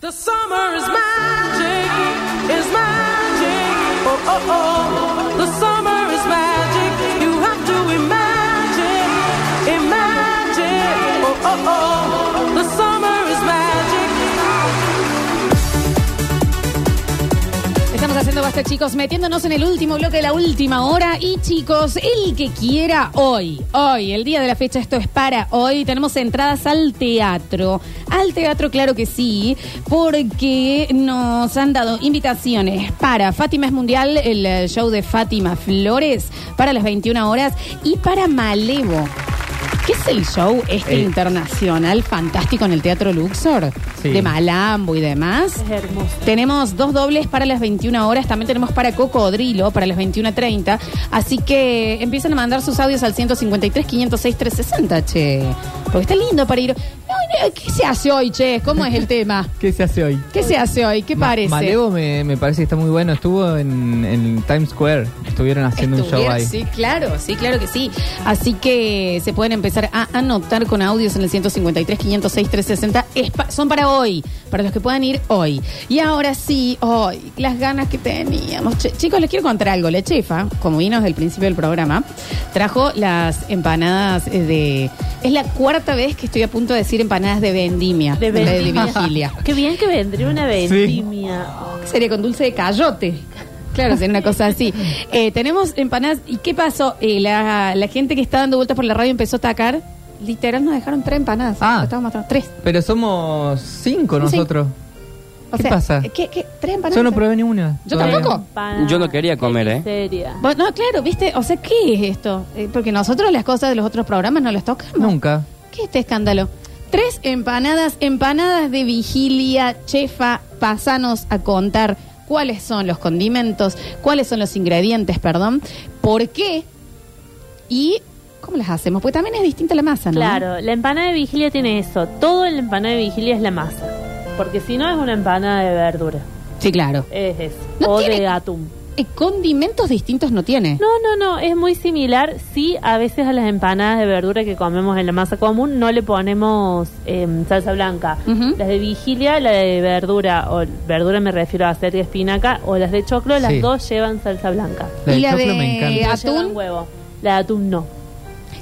The summer is magic, is magic. Oh, oh, oh. The summer is magic. You have to imagine, imagine. Oh, oh, oh. The summer is magic. Estamos haciendo basta, chicos, metiéndonos en el último bloque de la última hora. Y chicos, el que quiera hoy, hoy, el día de la fecha, esto es para hoy. Tenemos entradas al teatro. Al teatro, claro que sí, porque nos han dado invitaciones para Fátima es Mundial, el eh, show de Fátima Flores, para las 21 horas, y para Malevo. ¿Qué es el show este Ey. internacional fantástico en el Teatro Luxor? Sí. De Malambo y demás. Es hermoso. Tenemos dos dobles para las 21 horas, también tenemos para Cocodrilo para las 21.30. Así que empiezan a mandar sus audios al 153 506 360, che. Porque está lindo para ir. No, no, ¿Qué se hace hoy, che? ¿Cómo es el tema? ¿Qué se hace hoy? ¿Qué se hace hoy? ¿Qué Ma- parece? Malevo me, me parece que está muy bueno. Estuvo en, en Times Square. Estuvieron haciendo un show Estuvieron, ahí. Sí, claro, sí, claro que sí. Así que eh, se pueden empezar a anotar con audios en el 153, 506, 360. Es pa- son para hoy, para los que puedan ir hoy. Y ahora sí, hoy, las ganas que teníamos. Che- chicos, les quiero contar algo. La chefa, como vino desde el principio del programa, trajo las empanadas eh, de... Es la cuarta vez que estoy a punto de decir empanadas de vendimia. De la vendimia. vigilia. Qué bien que vendría una vendimia. Sería con dulce de cayote. Claro, sería una cosa así. Eh, tenemos empanadas. ¿Y qué pasó? Eh, la, la gente que está dando vueltas por la radio empezó a atacar. Literal nos dejaron tres empanadas. Ah. Nos estábamos matando. Tres. Pero somos cinco Somos nosotros. O ¿Qué sea, eh, pasa? ¿qué- qué? tres empanadas? Yo no probé ni una. Yo todavía. tampoco. Pana- Yo no quería comer, qué ¿eh? miseria. Vos- No, claro, viste. O sea, ¿qué es esto? Eh, porque nosotros las cosas de los otros programas no las tocamos. Nunca. ¿Qué es este escándalo? Tres empanadas, empanadas de vigilia, chefa, pasanos a contar cuáles son los condimentos, cuáles son los ingredientes, perdón, por qué y cómo las hacemos, porque también es distinta la masa, ¿no? Claro, la empanada de vigilia tiene eso. Todo en la empanada de vigilia es la masa. Porque si no es una empanada de verdura. Sí, claro. Es eso. No o tiene- de atún. Eh, condimentos distintos no tiene. No, no, no. Es muy similar. Sí, a veces a las empanadas de verdura que comemos en la masa común no le ponemos em, salsa blanca. Ujú. Las de vigilia, la de verdura, o verdura me refiero a acelga, espinaca, o las de choclo, Sí. las dos llevan salsa blanca. La Y de la choclo de- me encanta. No ¿Atún? llevan huevo. La de atún no.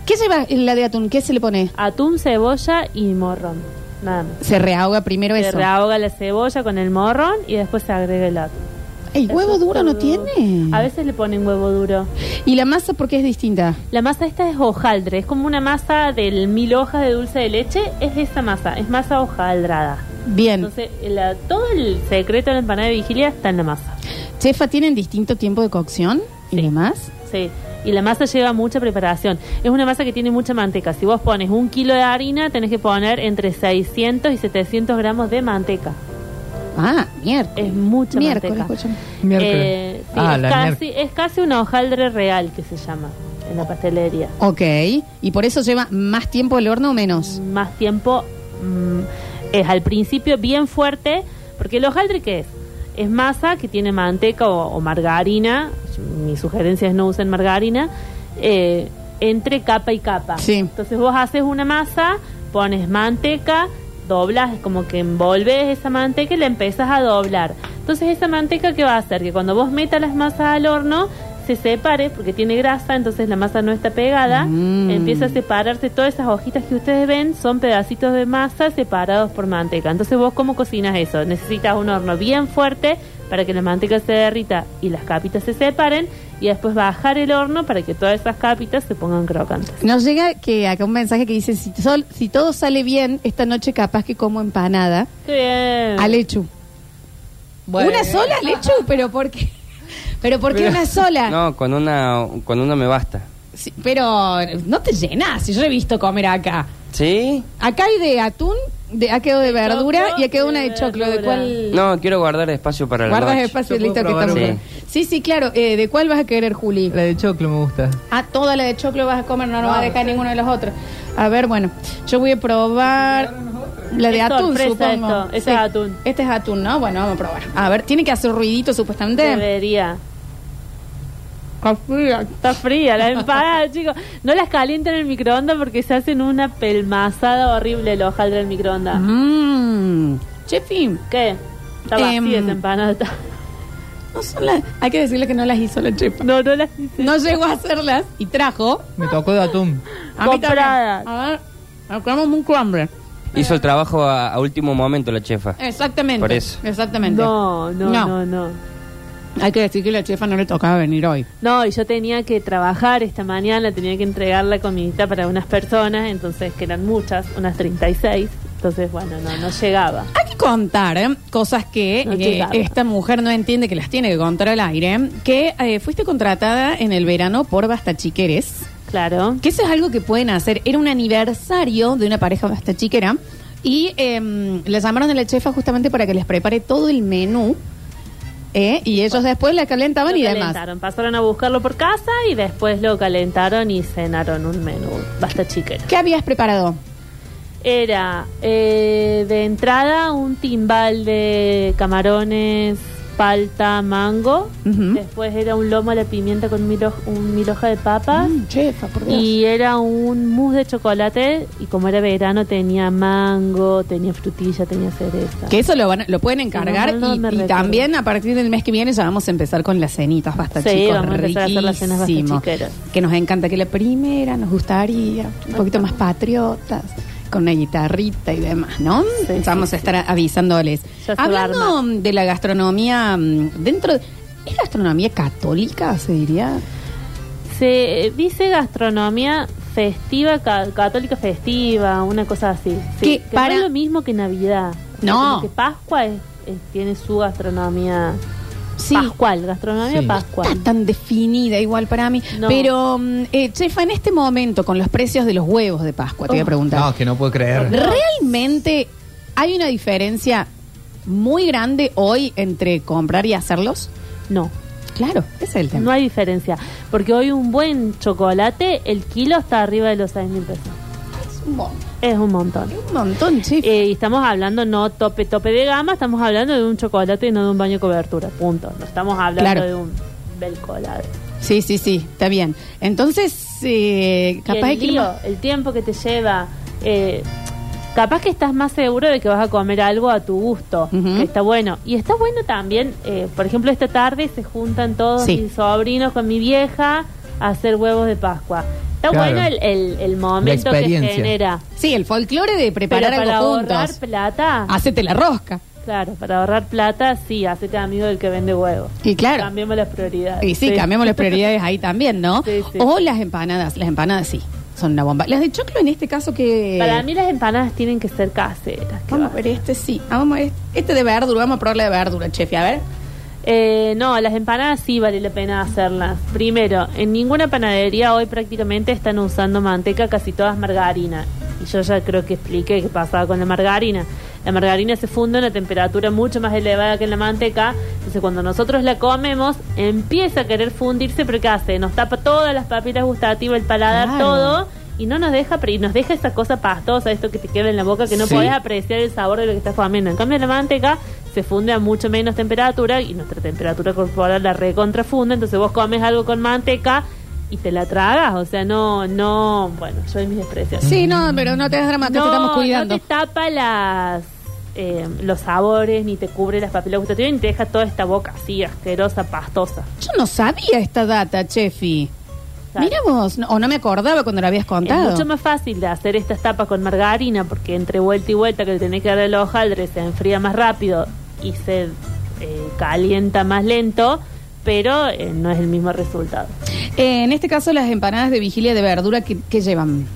¿Qué lleva la de atún? ¿Qué se le pone? Atún, cebolla y morrón. Nada más. Se reahoga primero Se eso. rehoga la cebolla con el morrón y después se agrega el atún. ¿El huevo Eso es duro no todo. tiene? A veces le ponen huevo duro. ¿Y la masa por qué es distinta? La masa esta es hojaldre, es como una masa del mil hojas de dulce de leche, es esa masa, es masa hojaldrada. Bien. Entonces, la- todo el secreto de la empanada de vigilia está en la masa. Chefa, ¿tienen distinto tiempo de cocción y Sí. demás? Sí. Y la masa lleva mucha preparación. Es una masa que tiene mucha manteca. Si vos pones un kilo de harina, tenés que poner entre 600 y 700 gramos de manteca. Ah, miércoles. Es mucha miércoles, manteca. escúchame. Miércoles. Eh, sí, ah, es, la casi, miércoles. es casi un hojaldre real que se llama en la pastelería. Ok, y por eso lleva más tiempo el horno o menos. Más tiempo mm, es al principio bien fuerte, porque el hojaldre que es es masa que tiene manteca o, o margarina. Mi sugerencia es no usen margarina eh, entre capa y capa. Sí. Entonces vos haces una masa, pones manteca, doblas, es como que envolves esa manteca y la empiezas a doblar. Entonces esa manteca que va a hacer que cuando vos metas las masas al horno se separe porque tiene grasa, entonces la masa no está pegada, Mm. empieza a separarse todas esas hojitas que ustedes ven son pedacitos de masa separados por manteca. Entonces vos cómo cocinas eso? Necesitas un horno bien fuerte para que la manteca se derrita y las capitas se separen y después bajar el horno para que todas esas capitas se pongan crocantes. Nos llega que acá un mensaje que dice, si, sol- si todo sale bien, esta noche capaz que como empanada Qué bien. a lechu. Bueno. ¿Una sola lechu? ¿Pero por qué? ¿Pero por qué Pero- una sola? No, con una, con una me basta. Sí, pero no te llenas, si yo he visto comer acá. ¿Sí? Acá hay de atún, de, ha quedado de, verdura choclo y ha quedado y una de de choclo. ¿De verdura. cuál? No, quiero guardar espacio para la Guardas noche. espacio Yo puedo listo que probar estamos. una. bien. Sí, sí, claro. Eh, ¿De cuál vas a querer, Juli? La de choclo me gusta. Ah, toda la de choclo vas a comer, no, no vas a dejar ninguno de los otros. A ver, bueno, yo voy a probar la de Es atún, sorpresa supongo. esto, ese es atún. Este es atún, ¿no? Bueno, vamos a probar. A ver, tiene que hacer ruidito supuestamente. Debería. Café. Está fría la empanada, chicos. No las calienten en el microondas porque se hacen una pelmazada horrible el hojaldre del microondas. Mm. Chefi, ¿Qué? Está vacía Em. esa empanada. no son las... Hay que decirle que no las hizo la chepa. No, no la hice. No llegó a hacerlas y trajo. Me tocó de atún. A mí también. Compradas. A ver, acabamos un crumble. Hizo el trabajo a, a último momento la chefa. Exactamente. Por eso. Exactamente. No, no, No. no, no. Hay que decir que la chefa no le tocaba venir hoy. No, y yo tenía que trabajar esta mañana, tenía que entregar la comidita para unas personas, entonces, que eran muchas, unas 36. Entonces, bueno, no, no llegaba. Hay que contar eh, cosas que No eh, llegaba. esta mujer no entiende que las tiene que contar al aire. Que eh, fuiste contratada en el verano por Basta Chiqueres. Claro. Que eso es algo que pueden hacer. Era un aniversario de una pareja Basta Chiquera. Y eh, la llamaron a la chefa justamente para que les prepare todo el menú. eh, y ellos después la calentaban Lo y demás. calentaron, pasaron a buscarlo por casa y después lo calentaron y cenaron un menú. Basta chiquero. ¿Qué habías preparado? Era eh, de entrada un timbal de camarones, palta, mango. Ujú. Después era un lomo a la pimienta con mil, hoj- un mil hoja de papas. Mm, chefa, por Dios. Y era un mousse de chocolate y como era verano tenía mango, tenía frutilla, tenía cereza. Que eso lo, van, a- lo pueden encargar No, no, y- me y, recuerdo. también a partir del mes que viene ya vamos a empezar con las cenitas basta Sí, chicos, vamos a empezar a hacer las cenas Basta riquísimo. Chiqueras. Que nos encanta que la primera nos gustaría, un poquito más patriotas, con una guitarrita y demás, ¿no? Sí, vamos sí, a estar avisándoles. Ya se va a Hablando de la gastronomía, mm, dentro de- ¿Es gastronomía católica, se diría? Se dice gastronomía festiva, ca- católica festiva, una cosa así. Que Sí, que para- no es lo mismo que Navidad. No. Como que Pascua es- es- tiene su gastronomía Sí. Ah, pascual, gastronomía Sí. pascual. Está tan definida igual para mí. No. Pero, mm, eh, Chefa, en este momento, con los precios de los huevos de Pascua, te voy a Oh. preguntar. No, que no puedo creer. ¿Realmente hay una diferencia muy grande hoy entre comprar y hacerlos? No, Claro, ese es el tema. no hay diferencia. Porque hoy un buen chocolate, el kilo está arriba de los 6 mil pesos. Es un, mon- Es un montón. un montón, chef. Eh, y estamos hablando no tope tope de gama, estamos hablando de un chocolate y no de un baño de cobertura, punto. No estamos hablando Claro. de un bel colado. Sí, sí, sí, está bien. Entonces, eh, Y capaz de el, que... lío, el tiempo que te lleva, eh, capaz que estás más seguro de que vas a comer algo a tu gusto, Ujú. que está bueno. Y está bueno también, eh, por ejemplo, esta tarde se juntan todos Sí. mis sobrinos con mi vieja a hacer huevos de Pascua. Está Claro. bueno el, el- el momento que experiencia. genera. Sí, el folclore de preparar Pero para algo ahorrar juntos. plata, Hacete la rosca. claro, para ahorrar plata, sí, hacete amigo del que vende huevos. Y claro. Cambiemos las prioridades. Y sí, cambiamos las prioridades ahí también, ¿no? Sí, sí. O las empanadas, las empanadas sí, son una bomba. Las de choclo en este caso que... Para mí las empanadas tienen que ser caseras. ¿qué Vamos va? a ver este, sí. Ah, Vamos a ver este, este de verdura, vamos a probar la de verdura, chef, y a ver. Eh, no, las empanadas sí vale la pena hacerlas. Primero, en ninguna panadería hoy prácticamente están usando manteca, casi todas margarina. Y yo ya creo que expliqué qué pasaba con la margarina. La margarina se funde a una temperatura mucho más elevada que la manteca. Entonces, cuando nosotros la comemos, empieza a querer fundirse, pero ¿qué hace? Nos tapa todas las papilas gustativas, el paladar, Claro. todo. Y no nos deja, pri- nos deja esa cosa pastosa, esto que te queda en la boca, que no Sí. podés apreciar el sabor de lo que estás comiendo. En cambio, la manteca se funde a mucho menos temperatura y nuestra temperatura corporal la recontrafunde. Entonces, vos comes algo con manteca y te la tragas. O sea, no, no. Bueno, yo y mis expresiones. Sí, no, pero no te hagas dramático, te estamos cuidando. no te tapa las. eh, los sabores, ni te cubre las papilas gustativas, ni te deja toda esta boca así, asquerosa, pastosa. Yo no sabía esta data, Chefi. Claro. Mira vos, no- o no me acordaba cuando la habías contado. Es mucho más fácil de hacer estas tapas con margarina porque entre vuelta y vuelta que le tenés que dar el hojaldre se enfría más rápido y se eh, calienta más lento, pero eh, no es el mismo resultado. Eh, en este caso, las empanadas de vigilia de verdura, ¿qué, qué llevan?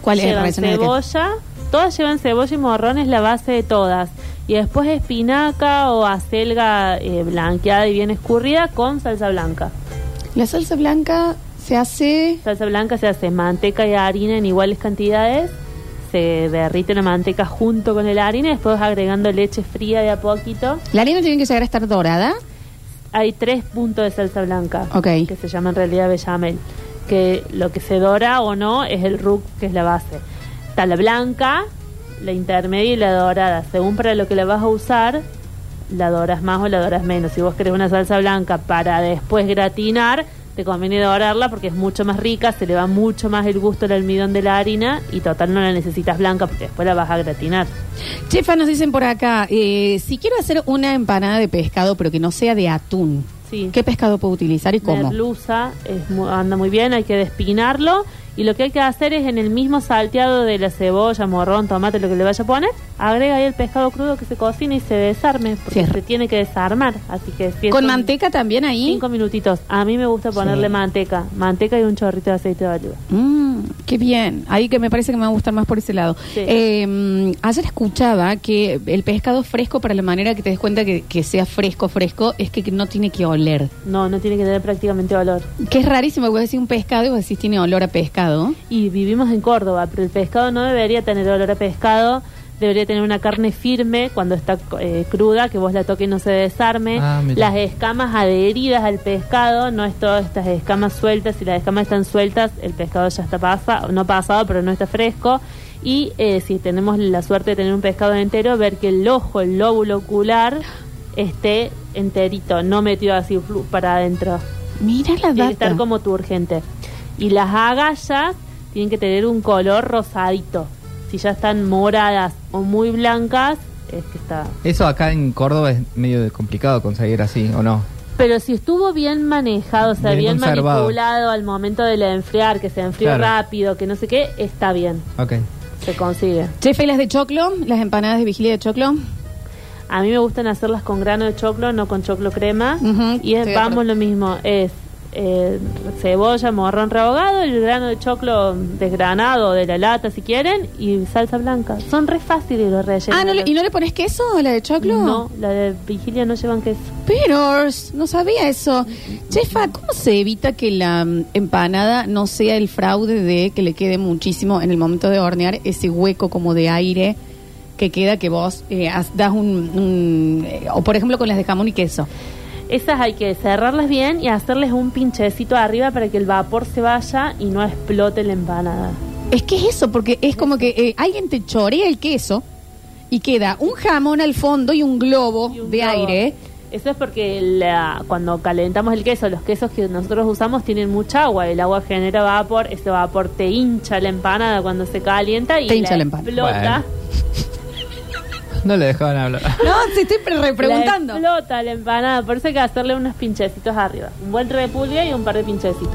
¿Cuál es el llevan relleno de qué? cebolla, todas llevan cebolla y morrón es la base de todas. Y después espinaca o acelga eh, blanqueada y bien escurrida con salsa blanca. La salsa blanca se hace. Salsa blanca se hace manteca y harina en iguales cantidades. Se derrite la manteca junto con el harina y después vas agregando leche fría de a poquito. La harina tiene que llegar a estar dorada. Hay tres puntos de salsa blanca Ok. que se llama en realidad bechamel. Que lo que se dora o no es el roux, que es la base. Está la blanca, la intermedia y la dorada. Según para lo que la vas a usar, la doras más o la doras menos. Si vos querés una salsa blanca para después gratinar, te conviene dorarla porque es mucho más rica, se le va mucho más el gusto al almidón de la harina y total no la necesitas blanca porque después la vas a gratinar. Chefa, nos dicen por acá, eh, si quiero hacer una empanada de pescado, pero que no sea de atún, Sí. ¿qué pescado puedo utilizar y cómo? Merluza es mu- anda muy bien, hay que despinarlo. Y lo que hay que hacer es en el mismo salteado de la cebolla, morrón, tomate, lo que le vaya a poner, agrega ahí el pescado crudo que se cocina y se desarme, porque Cierra. se tiene que desarmar. Así que si es ¿Con un- manteca también ahí? Cinco minutitos. A mí me gusta ponerle manteca, manteca y un chorrito de aceite de oliva. Mm, qué bien, ahí que me parece que me va a gustar más por ese lado. Sí. Eh, ayer escuchaba que el pescado fresco, para la manera que te des cuenta que, que sea fresco, fresco, es que no tiene que oler. No, no tiene que tener prácticamente olor. Que es rarísimo, vos decís un pescado y vos decís tiene olor a pescado. Y vivimos en Córdoba, pero el pescado no debería tener olor a pescado, debería tener una carne firme cuando está eh, cruda, que vos la toques y no se desarme. Ah, mira. las escamas adheridas al pescado, no es todas estas escamas sueltas. Si las escamas están sueltas, el pescado ya está pasado, no pasado, pero no está fresco. Y eh, si tenemos la suerte de tener un pescado entero, ver que el ojo, el lóbulo ocular, esté enterito, no metido así flu- para adentro. Mira la Tiene que estar data. como turgente. Y las agallas tienen que tener un color rosadito. Si ya están moradas o muy blancas, es que está. Eso acá en Córdoba es medio de- complicado conseguir así, ¿o no? Pero si estuvo bien manejado, o sea, Bien bien, conservado. manipulado al momento de la enfriar, que se enfríe Claro. rápido, que no sé qué, está bien, Ok. se consigue. Chefa, ¿y las de choclo? ¿Las empanadas de vigilia de choclo? A mí me gustan hacerlas con grano de choclo, no con choclo crema. Ujú, estoy y es, de vamos, acuerdo. lo mismo. Es eh, cebolla, morrón rehogado, el grano de choclo desgranado de la lata, si quieren, y salsa blanca. Son re fáciles los rellenos. Ah, ¿no le- ¿y no le pones queso a la de choclo? No, la de vigilia no llevan queso. Pero no sabía eso. Chefa, ¿cómo se evita que la mm, empanada no sea el fraude de que le quede muchísimo en el momento de hornear ese hueco como de aire que queda que vos eh, has- das un, un- eh, o por ejemplo con las de jamón y queso? Esas hay que cerrarlas bien y hacerles un pinchecito arriba para que el vapor se vaya y no explote la empanada. Es que es eso, porque es como que eh, alguien te chorea el queso y queda un jamón al fondo y un globo Y un de globo. aire. Eso es porque la- cuando calentamos el queso, los quesos que nosotros usamos tienen mucha agua. El agua genera vapor, ese vapor te hincha la empanada cuando se calienta y Te hincha la empanada. explota. No le dejaban hablar. No, te estoy pre- repreguntando. La explota la empanada. Por eso hay que hacerle unos pinchecitos arriba. Un buen repulgue y un par de pinchecitos.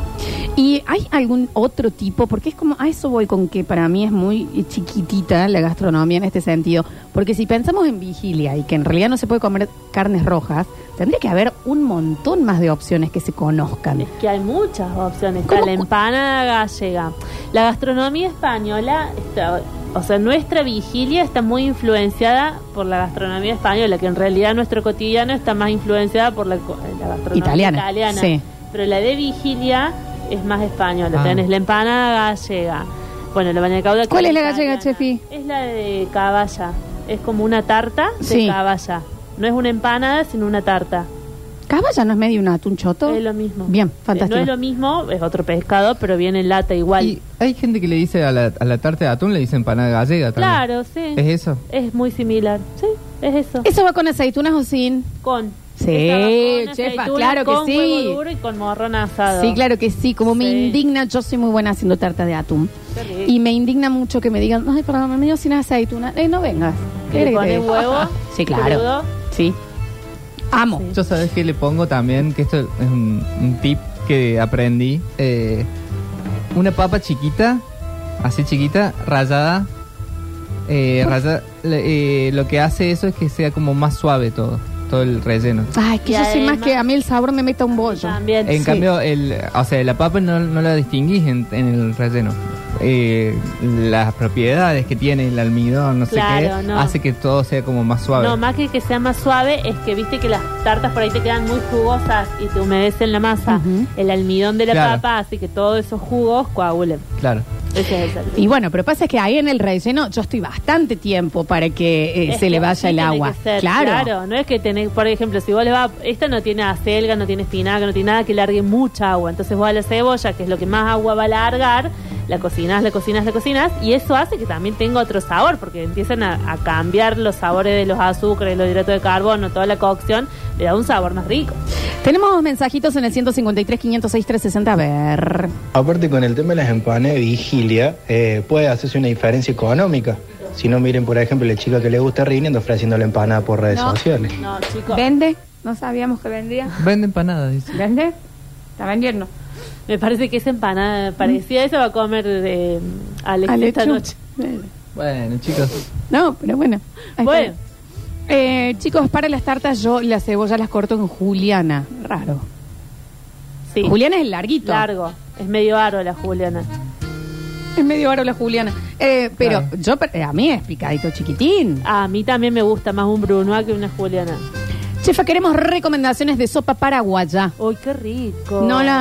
¿Y hay algún otro tipo? Porque es como, a eso voy con que para mí es muy chiquitita la gastronomía en este sentido. Porque si pensamos en vigilia y que en realidad no se puede comer carnes rojas, tendría que haber un montón más de opciones que se conozcan. Es que hay muchas opciones. Está ¿Cómo? la empanada gallega. La gastronomía española, está- o sea, nuestra vigilia está muy influenciada por la gastronomía española, que en realidad nuestro cotidiano está más influenciada por la, co- la gastronomía Italiana, italiana. sí. Pero la de vigilia es más española. Ah. Tenés la empanada gallega. Bueno, la baña de cauda. que ¿Cuál es la gallega, italiana. Chefi? Es la de caballa. Es como una tarta de Sí. caballa. No es una empanada, sino una tarta. ¿Caballa no es medio un atún choto? Es lo mismo. Bien, Eh, fantástico. No es lo mismo, es otro pescado, pero viene en lata igual. Y hay gente que le dice a la, a la tarta de atún, le dicen panada gallega también. claro, sí. Ah, ¿Es eso? Es muy similar. Sí, es eso. ¿Eso va con aceitunas o sin? Con. Sí, Esta va con chefa, aceituna, claro que con sí. huevo duro y con morrón asado. Sí, claro que sí. Como me Sí. indigna, yo soy muy buena haciendo tarta de atún. Qué rico. Y me indigna mucho que me digan, ay, perdón, me dio sin aceituna. Eh, no vengas. Que le querés te pone diga? huevo. Sí, claro. crudo. Sí. Amo. Yo sabes que le pongo también, que esto es un, un tip que aprendí, eh, una papa chiquita, así chiquita, rayada, eh, raya- le- eh, lo que hace eso es que sea como más suave todo, todo el relleno. Ay, que Y yo soy más además- que a mí el sabor me meta un bollo. También. En Sí. cambio, el, o sea, la papa no, no la distinguís en, en el relleno. Eh, las propiedades que tiene el almidón, no Claro, sé qué, no. hace que todo sea como más suave. No, más que que sea más suave, es que viste que las tartas por ahí te quedan muy jugosas y te humedecen la masa. Ujú. El almidón de la Claro. papa hace que todos esos jugos coagulen. Claro. Ese es el secreto. Y bueno, pero pasa que ahí en el relleno yo estoy bastante tiempo para que eh, Es se que le así vaya el tiene agua. que ser, claro. No es que tenés, por ejemplo, si vos le vas, esta no tiene acelga, no tiene espinaca, no tiene nada que largue mucha agua. Entonces vos a la cebolla, que es lo que más agua va a largar, la cocinás, la cocinás, la cocinás, y eso hace que también tenga otro sabor, porque empiezan a, a cambiar los sabores de los azúcares, los hidratos de carbono, toda la cocción, le da un sabor más rico. Tenemos mensajitos en el 153 506 360. A ver. Aparte con el tema de las empanadas de vigilia, eh, puede hacerse una diferencia económica. Si no, miren, por ejemplo, la chica que le gusta rindiendo ofreciendo la empanada por redes No. sociales. No, chicos. ¿Vende? No sabíamos que vendía. Vende empanadas, dice. ¿Vende? Está vendiendo. Me parece que esa empanada parecida esa va a comer de Alex esta Alechu. noche. Bueno, chicos. No, pero bueno. Ahí está. Bueno. Eh, chicos, para las tartas yo las cebollas las corto en juliana. Raro. Sí. Juliana es el larguito. Largo. Es medio aro la Juliana. Es medio aro la juliana. Eh, pero Claro. yo, per- eh, a mí es picadito chiquitín. A mí también me gusta más un Brunoa que una Juliana. Chefa, queremos recomendaciones de sopa paraguaya. ¡Uy, qué rico! No la...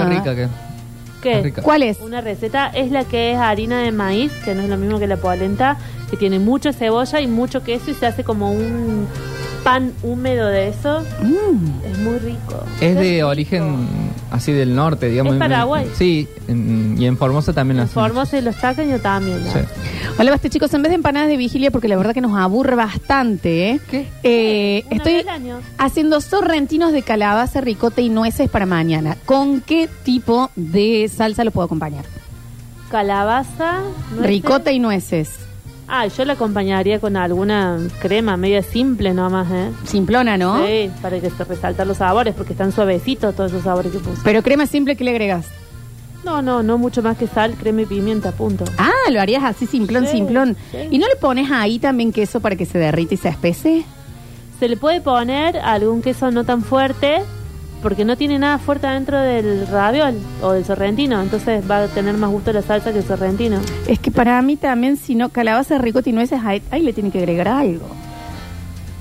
Ah. Qué rica que. ¿Qué? qué rica. ¿Cuál es? Una receta es la que es harina de maíz, que no es lo mismo que la polenta, que tiene mucha cebolla y mucho queso y se hace como un pan húmedo de eso. Mm. Es muy rico. Es Qué de rico. origen así del norte, digamos. Es Paraguay. Sí, en- y en Formosa también la En hacen. Formosa y los tacaños también. ¿no? Sí. Hola, basta chicos, en vez de empanadas de vigilia, porque la verdad que nos aburre bastante, ¿eh? ¿Qué? Eh, Una estoy vez al año. haciendo sorrentinos de calabaza, ricote y nueces para mañana. ¿Con qué tipo de salsa lo puedo acompañar? Calabaza. nueces. Ricote y nueces. Ah, yo la acompañaría con alguna crema media simple nomás, ¿eh? Simplona, ¿no? Sí, para que se resaltan los sabores, porque están suavecitos todos esos sabores que puse. Pero crema simple que le agregas. No, no, no mucho más que sal, crema y pimienta, punto. Ah, lo harías así, simplón, Sí, simplón. sí. ¿Y no le pones ahí también queso para que se derrita y se espese? Se le puede poner algún queso no tan fuerte, porque no tiene nada fuerte adentro del raviol o del sorrentino, entonces va a tener más gusto la salsa que el sorrentino. Es que para mí también, si no, calabaza, ricote y nueces, ahí, ahí le tiene que agregar algo.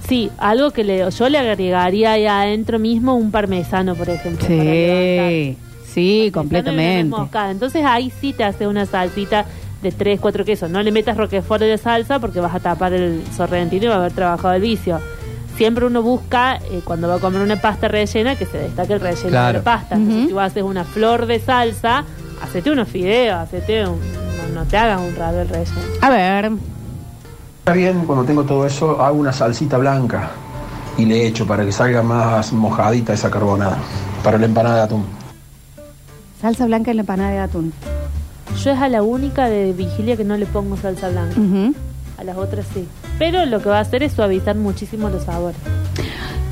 Sí, algo que le, yo le agregaría ahí adentro mismo un parmesano, por ejemplo. para levantar. Sí, sí, Están en completamente. una moscada. Entonces ahí sí te hace una salsita de tres, cuatro quesos. No le metas roquefort de salsa porque vas a tapar el sorrentino y va a haber trabajado el vicio. Siempre uno busca, eh, cuando va a comer una pasta rellena, que se destaque el relleno de Claro. la pasta. Entonces, Ujú. si tú haces una flor de salsa, hacete unos fideos, hacete un- no, no te hagas un el relleno. A ver, Está bien, cuando tengo todo eso, hago una salsita blanca y le echo para que salga más mojadita esa carbonada para la empanada de atún. salsa blanca en la empanada de atún. Yo es a la única de vigilia que no le pongo salsa blanca. Ujú. A las otras sí. Pero lo que va a hacer es suavizar muchísimo los sabores.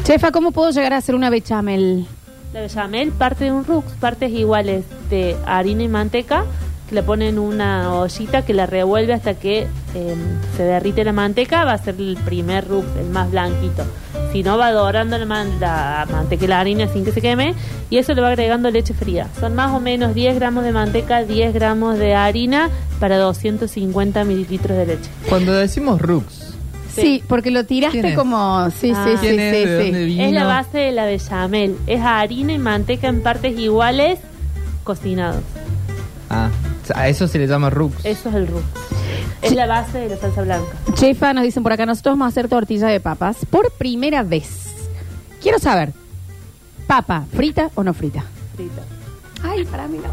Chefa, ¿cómo puedo llegar a hacer una bechamel? La bechamel parte de un roux, partes iguales de harina y manteca, que la ponen en una ollita que la revuelve hasta que eh, se derrite la manteca, va a ser el primer roux, el más blanquito. Si no, va dorando la, man- la manteca y la harina sin que se queme, y eso le va agregando leche fría. Son más o menos 10 gramos de manteca, 10 gramos de harina para 250 mililitros de leche. Cuando decimos Rux, Sí, Sí. porque lo ¿Quién tiraste es? como... Sí, Ah. sí, sí, ¿quién es? sí, ¿De sí. dónde vino? Es la base de la bechamel, es harina y manteca en partes iguales cocinados. Ah, o sea, a eso se le llama Rux. Eso es el roux. Es la base de la salsa blanca. Chefa, nos dicen por acá, nosotros vamos a hacer tortilla de papas por primera vez. Quiero saber, ¿papa frita o no frita? Frita. Ay, para mí no.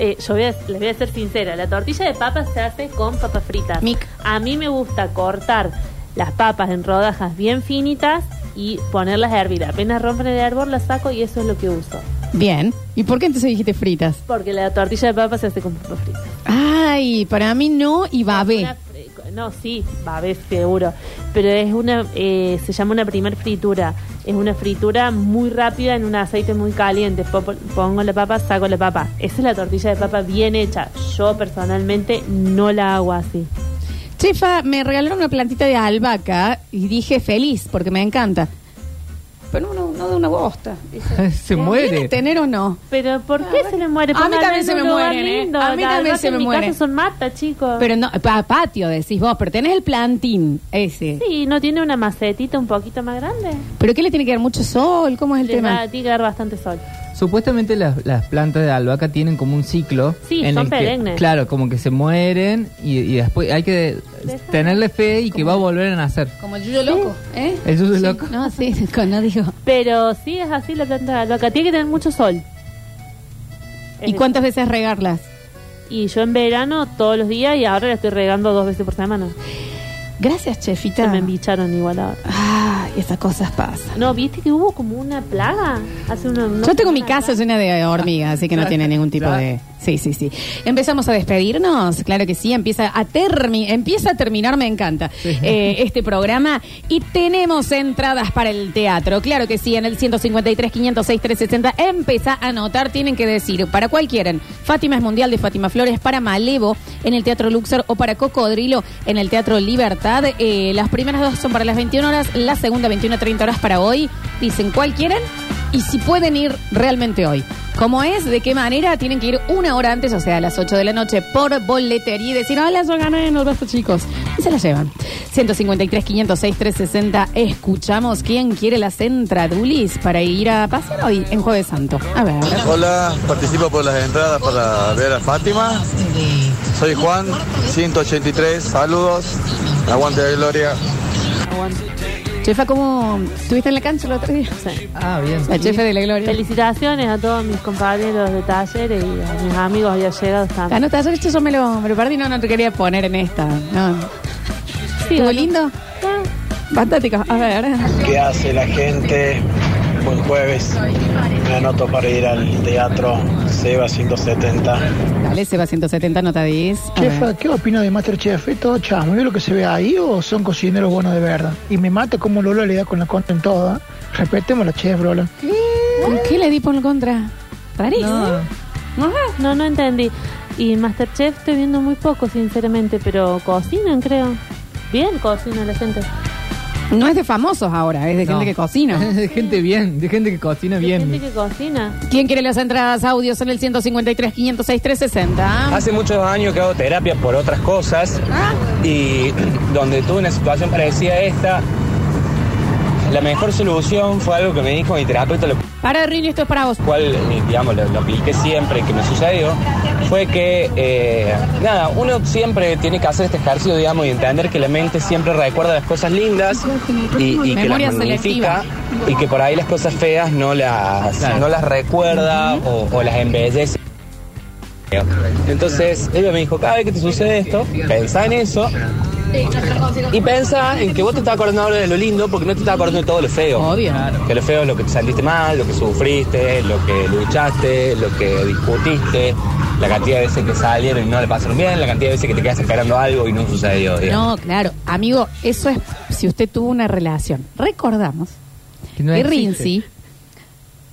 Eh, yo voy a- les voy a ser sincera, la tortilla de papas se hace con papas fritas. Mic. A mí me gusta cortar las papas en rodajas bien finitas y ponerlas a hervir. Apenas rompen el hervor, las saco y eso es lo que uso. Bien. ¿Y por qué entonces dijiste fritas? Porque la tortilla de papas se hace con papas fritas. Ay, para mí no y Una babé. fri- no, sí, babé seguro. Pero es una, eh, se llama una primer fritura. Es una fritura muy rápida en un aceite muy caliente. Po- Pongo la papa, saco la papa. Esa es la tortilla de papa bien hecha. Yo personalmente no la hago así. Chefa, me regalaron una plantita de albahaca y dije feliz porque me encanta. Pero no, no de una bosta. se ¿Quieres muere. tener o no? Pero ¿por qué se le muere? A mí Póngala también en se un me lugar mueren, ¿eh? lindo. A mí La también verdad se que me en mi mueren. casa son mata, chicos. Pero no, pa- patio decís vos, pero tenés el plantín ese. sí, no tiene una macetita un poquito más grande. ¿Pero qué le tiene que dar mucho sol? ¿Cómo es el Le tema? va- tiene que dar bastante sol. Supuestamente las, las plantas de albahaca tienen como un ciclo. Sí, son el que- perennes. Claro, como que se mueren y, y después hay que Deja. tenerle fe y que va a volver a nacer. Como el yuyo loco, ¿eh? Uh, El yuyo Sí, loco. No, sí, con- no digo. Pero sí es así la planta de albahaca. Tiene que tener mucho sol. ¿Y Es- cuántas veces regarlas? Y yo en verano todos los días y ahora la estoy regando dos veces por semana. Gracias, Se chefita. me embicharon igual ahora. Ah, y esas cosas pasan. No, viste que hubo como una plaga hace unos. unos- Yo tengo mi una- casa llena de hormigas, así que no tiene ningún tipo de. Sí, sí, sí. Empezamos a despedirnos, claro que sí. Empieza a termi... empieza a terminar, me encanta eh, este programa y tenemos entradas para el teatro, claro que sí. En el 153 506 360 empieza a anotar, tienen que decir para cuál quieren. Fátima es mundial de Fátima Flores, para Malevo en el Teatro Luxor o para Cocodrilo en el Teatro Libertad. Eh, las primeras dos son para las 21 horas, la segunda 21 30 horas para hoy. Dicen cuál quieren y si pueden ir realmente hoy. ¿Cómo es? ¿De qué manera? Tienen que ir una hora antes, o sea, a las 8 de la noche, por boletería y decir, hola, yo gané en el Basta, chicos. Y se la llevan. 153, 506, 360. Escuchamos quién quiere las entradulis para ir a pasar hoy en Jueves Santo. A ver. Hola, participo por las entradas para ver a Fátima. Soy Juan, 183, saludos. Aguante de gloria. Chefa, ¿cómo estuviste en la cancha el otro día? Sí. Ah, bien. La chefa de la gloria. Felicitaciones a todos mis compañeros de talleres y a mis amigos había llegado Ah, no, taller, esto yo me lo, me lo perdí, no, no te quería poner en esta. No. ¿Estuvo lindo? Eh. Fantástico. A ver. ¿Qué hace la gente? Eh, Buen jueves. Me anoto para ir al teatro Seba 170. Dale, Seba 170, notadís. A ver. Chefa, ¿qué opina de Masterchef? ¿Es todo chamo? ¿Es lo que se ve ahí o son cocineros buenos de verdad? Y me mata como Lola le da con la contra en toda. Respetemos la chef, Lola. ¿Con qué le di por el contra? Rarísimo. Ajá. No, no entendí. Y Masterchef estoy viendo muy poco, sinceramente, pero cocinan, creo. Bien cocinan la gente. No es de famosos ahora, es de gente que cocina. de gente bien, de gente que cocina Hay gente bien. que cocina. ¿Quién quiere las entradas audios en el 153, 506, Ah. 360? Hace muchos años que hago terapia por otras cosas y donde tuve una situación parecida a esta, la mejor solución fue algo que me dijo mi terapeuta, lo Para, Rini, esto es para vos. cual, digamos, lo, lo apliqué siempre que me sucedió, fue que, eh, nada, uno siempre tiene que hacer este ejercicio, digamos, y entender que la mente siempre recuerda las cosas lindas y, y que Memoria las magnifica y que por ahí las cosas feas no las, no las recuerda o, o las embellece. Entonces ella me dijo, cada vez que te sucede esto, pensá en eso y pensá en que vos te estás acordando ahora de lo lindo porque no te estás acordando de todo lo feo. Obvio. Que lo feo es lo que te saliste mal, lo que sufriste, lo que luchaste, lo que discutiste, la cantidad de veces que salieron y no le pasaron bien, la cantidad de veces que te quedas esperando algo y no sucedió. digamos. No, claro. Amigo, eso es si usted tuvo una relación. Recordamos Que no que existe. Rinzi...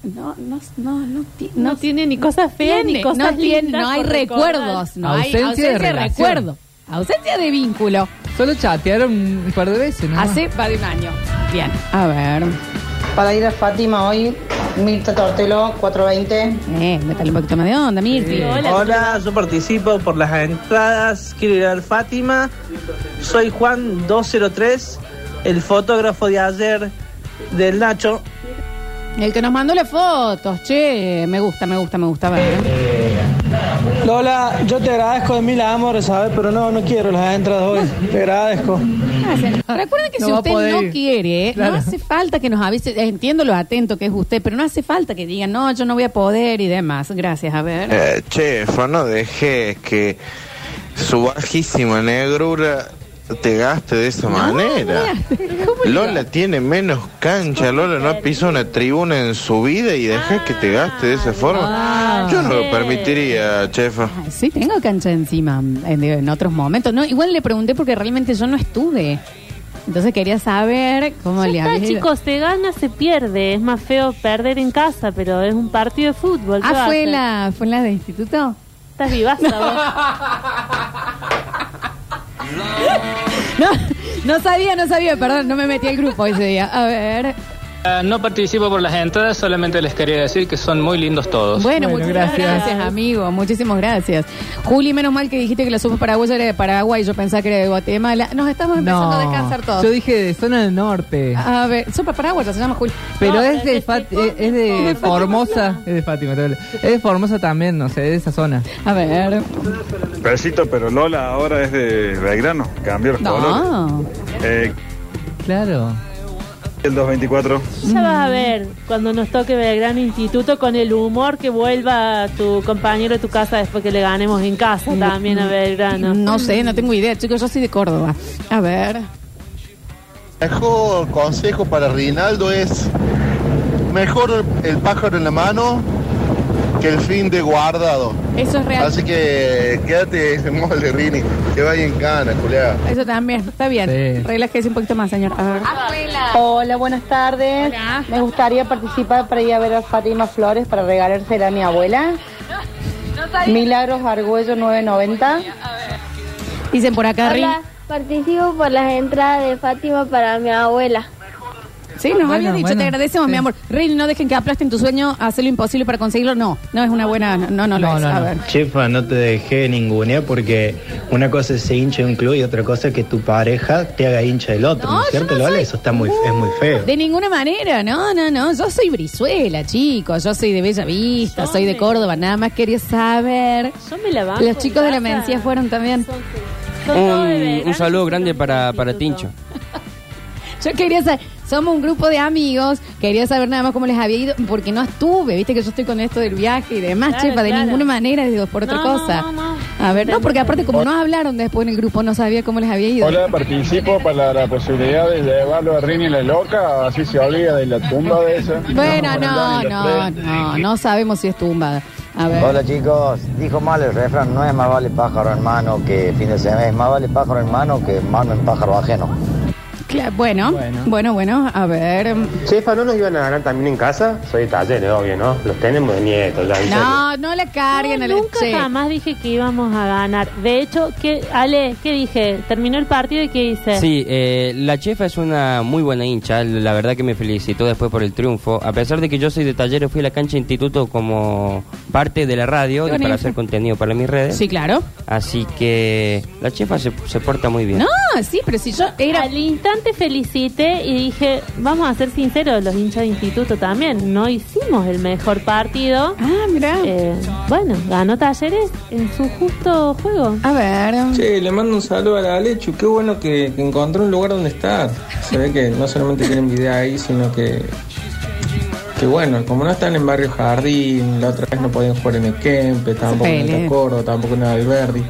No, no, no, no, ti- No, no tiene ni cosas feas tiene, ni cosas no, tiene, lindas no hay por recordar. recuerdos, no hay Ausencia de ausencia de relación. recuerdo, ausencia de vínculo. Solo chatearon un par de veces, ¿no? Hace va de un año. Bien, a ver. Para ir a Fátima hoy, Mirta Tortelo, 420. Eh, métale un poquito más de onda, Mirti. Hola. yo participo por las entradas, quiero ir al Fátima, soy Juan 203, el fotógrafo de ayer del Nacho. El que nos mandó las fotos, che, me gusta, me gusta, me gusta. a ver. Lola, yo te agradezco de mil amores, ¿sabes? Pero no, no quiero las entradas hoy, te agradezco. Recuerden que No si va a usted poder no ir. quiere, Claro. no hace falta que nos avise. Eh, Entiendo lo atento que es usted, pero no hace falta que digan, no, yo no voy a poder y demás. Gracias, a ver. Eh, chef, no dejes que su bajísima negrura te gaste de esa manera. ¿Cómo le va? Lola tiene menos cancha, Lola no pisa una tribuna en su vida y dejas que te gaste de esa forma. Yo no lo permitiría, chefa. Ay, Sí, tengo cancha encima en, en otros momentos. No, igual le pregunté porque realmente yo no estuve. Entonces quería saber cómo Ya le está, había ido. chicos, se gana, se pierde. Es más feo perder en casa, pero es un partido de fútbol. ¿qué va Ah, a fue hacer? la, fue la de instituto. Estás vivaza vos. No, no sabía, no sabía, perdón, no me metí al grupo ese día. A ver. Ah, No participo por las entradas, solamente les quería decir que son muy lindos todos. Bueno, Bueno, muchísimas gracias. gracias. amigo. Muchísimas gracias. Juli, menos mal que dijiste que la sopa paraguaya era de Paraguay. Yo pensaba que era de Guatemala. Nos estamos empezando a descansar todos. Yo dije de zona del norte. A ver, sopa paraguaya se llama Juli. Pero No, es, pero de es Fat- de eh, es de Fátima. Formosa. Es de Fátima, te hablo. Es de Formosa también, no sé, de esa zona. A ver. Besito, pero Lola ahora es de Belgrano, cambió los No. Eh, Claro. El 224. Ya vas a ver cuando nos toque Belgrano Instituto con el humor que vuelva tu compañero de tu casa después que le ganemos en casa también a Belgrano. No sé, no tengo idea, chicos, yo soy de Córdoba. A ver. Mejor consejo para Rinaldo es mejor el pájaro en la mano que el fin de guardado. Eso es real. Así que quédate ese molde, Rini, que vaya en cana, culiada. Eso también, está bien. Sí. Relájese un poquito más, señor. A ver. Hola, buenas tardes. Me gustaría participar para ir a ver a Fátima Flores para regalársela a mi abuela. Milagros Argüello 990. Dicen por acá, Rin. Hola, participo por las entradas de Fátima para mi abuela. Sí, nos habías dicho, te agradecemos, mi amor. Rin, no dejen que aplasten tu sueño, hacer lo imposible para conseguirlo. No, no es una buena. No, no lo es. a ver. Chefa, no te dejé ninguna porque una cosa es ser hincha de un club y otra cosa es que tu pareja te haga hincha del otro, No, ¿no, es yo cierto, no Lola? soy- Eso está muy, es muy feo. De ninguna manera, no, no, no. Yo soy Brizuela, chicos. Yo soy de Bella Vista, soy de Córdoba. Nada más quería saber. Yo me la banco Los chicos de la en casa. Mencía fueron también. Un, un saludo grande para, para Tincho. Yo quería saber, somos un grupo de amigos, quería saber nada más cómo les había ido, porque no estuve, viste que yo estoy con esto del viaje y demás, Claro, chefa, de claro. ninguna manera, digo, por otra No, cosa. no, no, no. A ver, no, porque aparte como no hablaron después en el grupo, no sabía cómo les había ido. Hola, participo para la posibilidad de llevarlo a Rini la loca, así se olvida de la tumba de esa. Bueno, no, no, no, no sabemos si es tumbada. A ver. Hola chicos, dijo mal el refrán, no es más vale pájaro en mano que fin de semana, es más vale pájaro en mano que mano en pájaro ajeno. Cla- bueno, bueno, bueno, a ver. Chefa, ¿no nos iban a ganar también en casa? Soy de talleres, obvio, ¿no? Los tenemos de nietos, ya, en serio. No, no la carguen. al- Nunca che. jamás dije que íbamos a ganar. De hecho, que Ale, ¿qué dije? Terminó el partido y ¿qué hice? Sí, eh, la chefa es una muy buena hincha, la verdad que me felicitó después por el triunfo. A pesar de que yo soy de talleres, fui a la cancha de instituto como parte de la radio Qué y para bonito. hacer contenido para mis redes. Sí, claro. Así que la chefa se, se porta muy bien. No, sí, pero si yo era... Al instante felicité y dije, vamos a ser sinceros, los hinchas de instituto también, no hicimos el mejor partido. Eh, Ah, mirá. bueno, ganó Talleres en su justo juego. A ver. Che, le mando un saludo a la Alechu. Qué bueno que, que encontró un lugar donde estar. Se ve que no solamente tienen vida ahí, sino que. Que bueno, como no están en Barrio Jardín, la otra vez no podían jugar en el Kempe, tampoco en pele. el Córdoba, tampoco en el Alberdi.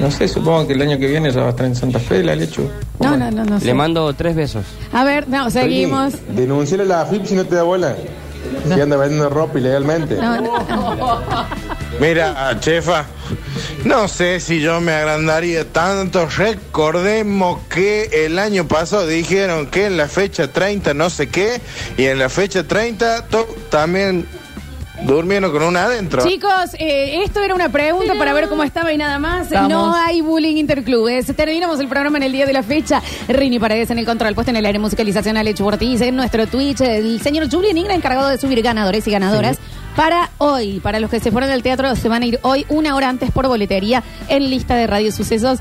No sé, supongo que el año que viene ya va a estar en Santa Fe, la Alechu. No, no, no, no sé. Le mando tres besos. A ver, no, seguimos. Denunciar a la FIP si no te da bola. Si anda vendiendo ropa ilegalmente. No, no. Mira, chefa, no sé si yo me agrandaría tanto. Recordemos que el año pasado dijeron que en la fecha 30 no sé qué, y en la fecha 30 to- también durmieron con una adentro. Chicos, eh, esto era una pregunta para ver cómo estaba y nada más. Eh, Vamos. No hay bullying interclubes. Terminamos el programa en el día de la fecha. Rini Paredes en el control, puesto en el área de musicalización, Alex Ortiz en nuestro Twitch. El señor Julian Ingra encargado de subir ganadores y ganadoras. Para hoy, para los que se fueron al teatro, se van a ir hoy una hora antes por boletería en lista de Radio Sucesos.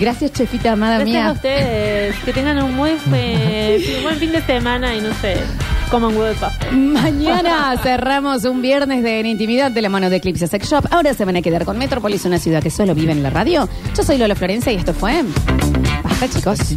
Gracias, chefita amada Gracias Ah, mía. a ustedes, que tengan un muy fe- buen fin de semana y no sé, coman huevo de papa. Mañana cerramos un viernes de En Intimidad de la mano de Eclipse Sex Shop. Ahora se van a quedar con Metrópolis, una ciudad que solo vive en la radio. Yo soy Lola Florencia y esto fue. Basta, chicos.